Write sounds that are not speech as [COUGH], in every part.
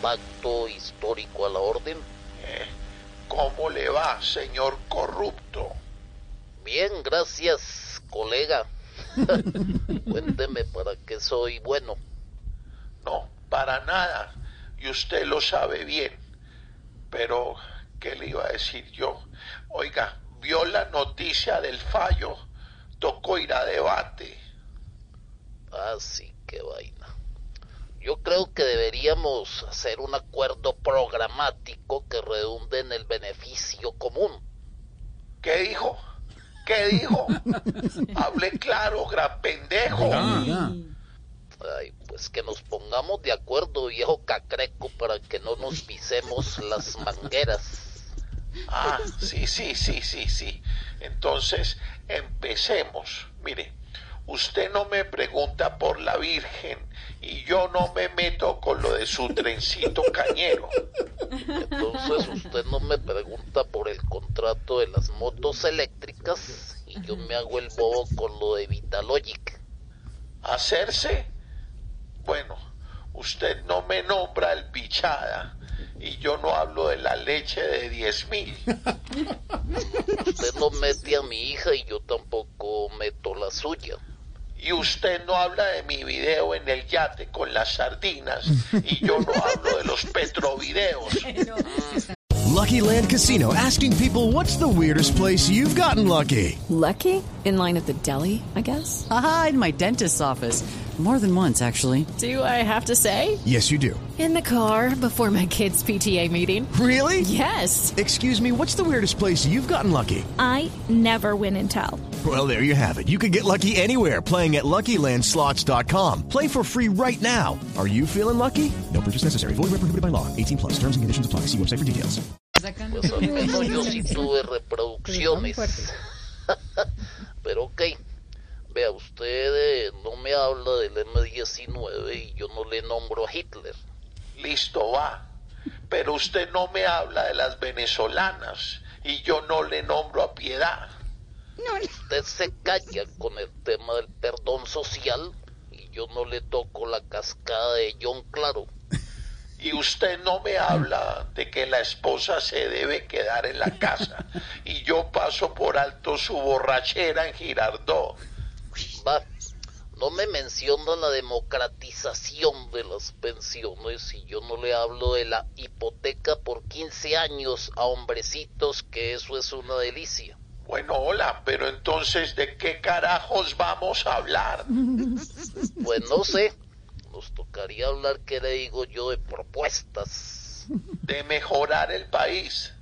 Pacto histórico a la orden. ¿Cómo le va, señor corrupto? Bien, gracias, colega. Cuénteme para qué soy bueno. No, para nada. Y usted lo sabe bien. Pero, ¿qué le iba a decir yo? Oiga, vio la noticia del fallo. Tocó ir a debate. Así que Ah, vaina. Yo creo que deberíamos hacer un acuerdo programático que redunde en el beneficio común. ¿Qué dijo? ¿Qué dijo? Hable claro, gran pendejo. Ay, pues que nos pongamos de acuerdo, viejo cacreco, para que no nos pisemos las mangueras. Ah, sí, sí, sí, sí, sí. Entonces, empecemos. Mire, usted no me pregunta por la Virgen y yo no me meto con lo de su trencito cañero. Entonces usted no me pregunta por el contrato de las motos eléctricas y yo me hago el bobo con lo de Vitalogic. ¿Hacerse? Bueno, usted no me nombra el bichada y yo no hablo de la leche de diez mil. Usted no mete a mi hija y yo tampoco meto la suya. Y usted no habla de mi video en el yate con las sardinas y yo no hablo de los petrovideos. Lucky Land Casino asking people what's the weirdest place you've gotten lucky? Lucky? In line at the deli, I guess? Aha, in my dentist's office. More than once, actually. Do I have to say? Yes, you do. In the car before my kids' PTA meeting. Really? Yes. Excuse me, what's the weirdest place you've gotten lucky? I never win and tell. Well, there you have it. You can get lucky anywhere playing at LuckyLandSlots.com. Play for free right now. Are you feeling lucky? No purchase necessary. Void where prohibited by law. 18 plus. Terms and conditions apply. See website for details. Pues al menos yo sí tuve reproducciones. [LAUGHS] Pero ok, vea, usted eh, no me habla del M19 y yo no le nombro a Hitler. Listo, va. Pero usted no me habla de las venezolanas y yo no le nombro a piedad. Usted se calla con el tema del perdón social y yo no le toco la cascada de John Claro. Y usted no me habla de que la esposa se debe quedar en la casa y yo paso por alto su borrachera en Girardot. Va, no me menciona la democratización de las pensiones y yo no le hablo de la hipoteca por 15 años a hombrecitos, que eso es una delicia. Bueno, hola, pero entonces ¿de qué carajos vamos a hablar? Pues no sé, nos tocaría hablar, ¿qué le digo yo, de propuestas, De mejorar el país.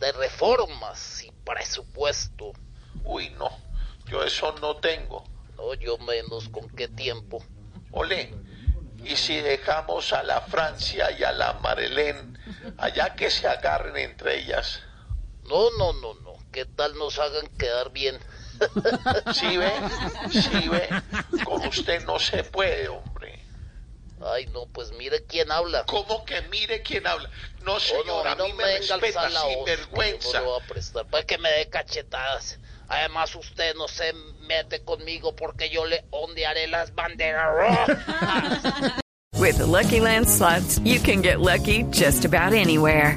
de reformas y presupuesto. Uy, no, yo eso no tengo. No, yo menos con qué tiempo. Olé, y si dejamos a la Francia y a la Marelén, allá que se agarren entre ellas. No, no, no, no. ¿Qué tal nos hagan quedar bien? ¿Sí ve? ¿Sí ve? Con usted no se puede, hombre. Ay, no, pues mire quién habla. ¿Cómo que mire quién habla? No, señor, Oh, no, a mí me respeta sin vergüenza. No lo voy a prestar. Pues que me dé cachetadas. Además, usted no se mete conmigo porque yo le ondearé las banderas rojas. With the Lucky Land slots, you can get lucky just about anywhere.